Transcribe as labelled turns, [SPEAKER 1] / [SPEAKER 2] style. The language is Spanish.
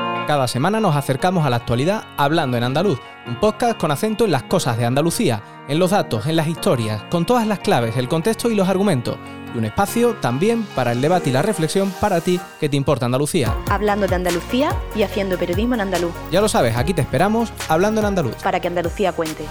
[SPEAKER 1] cada semana nos acercamos a la actualidad hablando en andaluz, un podcast con acento en las cosas de Andalucía, en los datos, en las historias, con todas las claves, el contexto y los argumentos, y un espacio también para el debate y la reflexión para ti que te importa Andalucía.
[SPEAKER 2] Hablando de Andalucía y haciendo periodismo en andaluz,
[SPEAKER 1] Ya lo sabes, aquí te esperamos hablando en andaluz.
[SPEAKER 2] para que Andalucía cuente.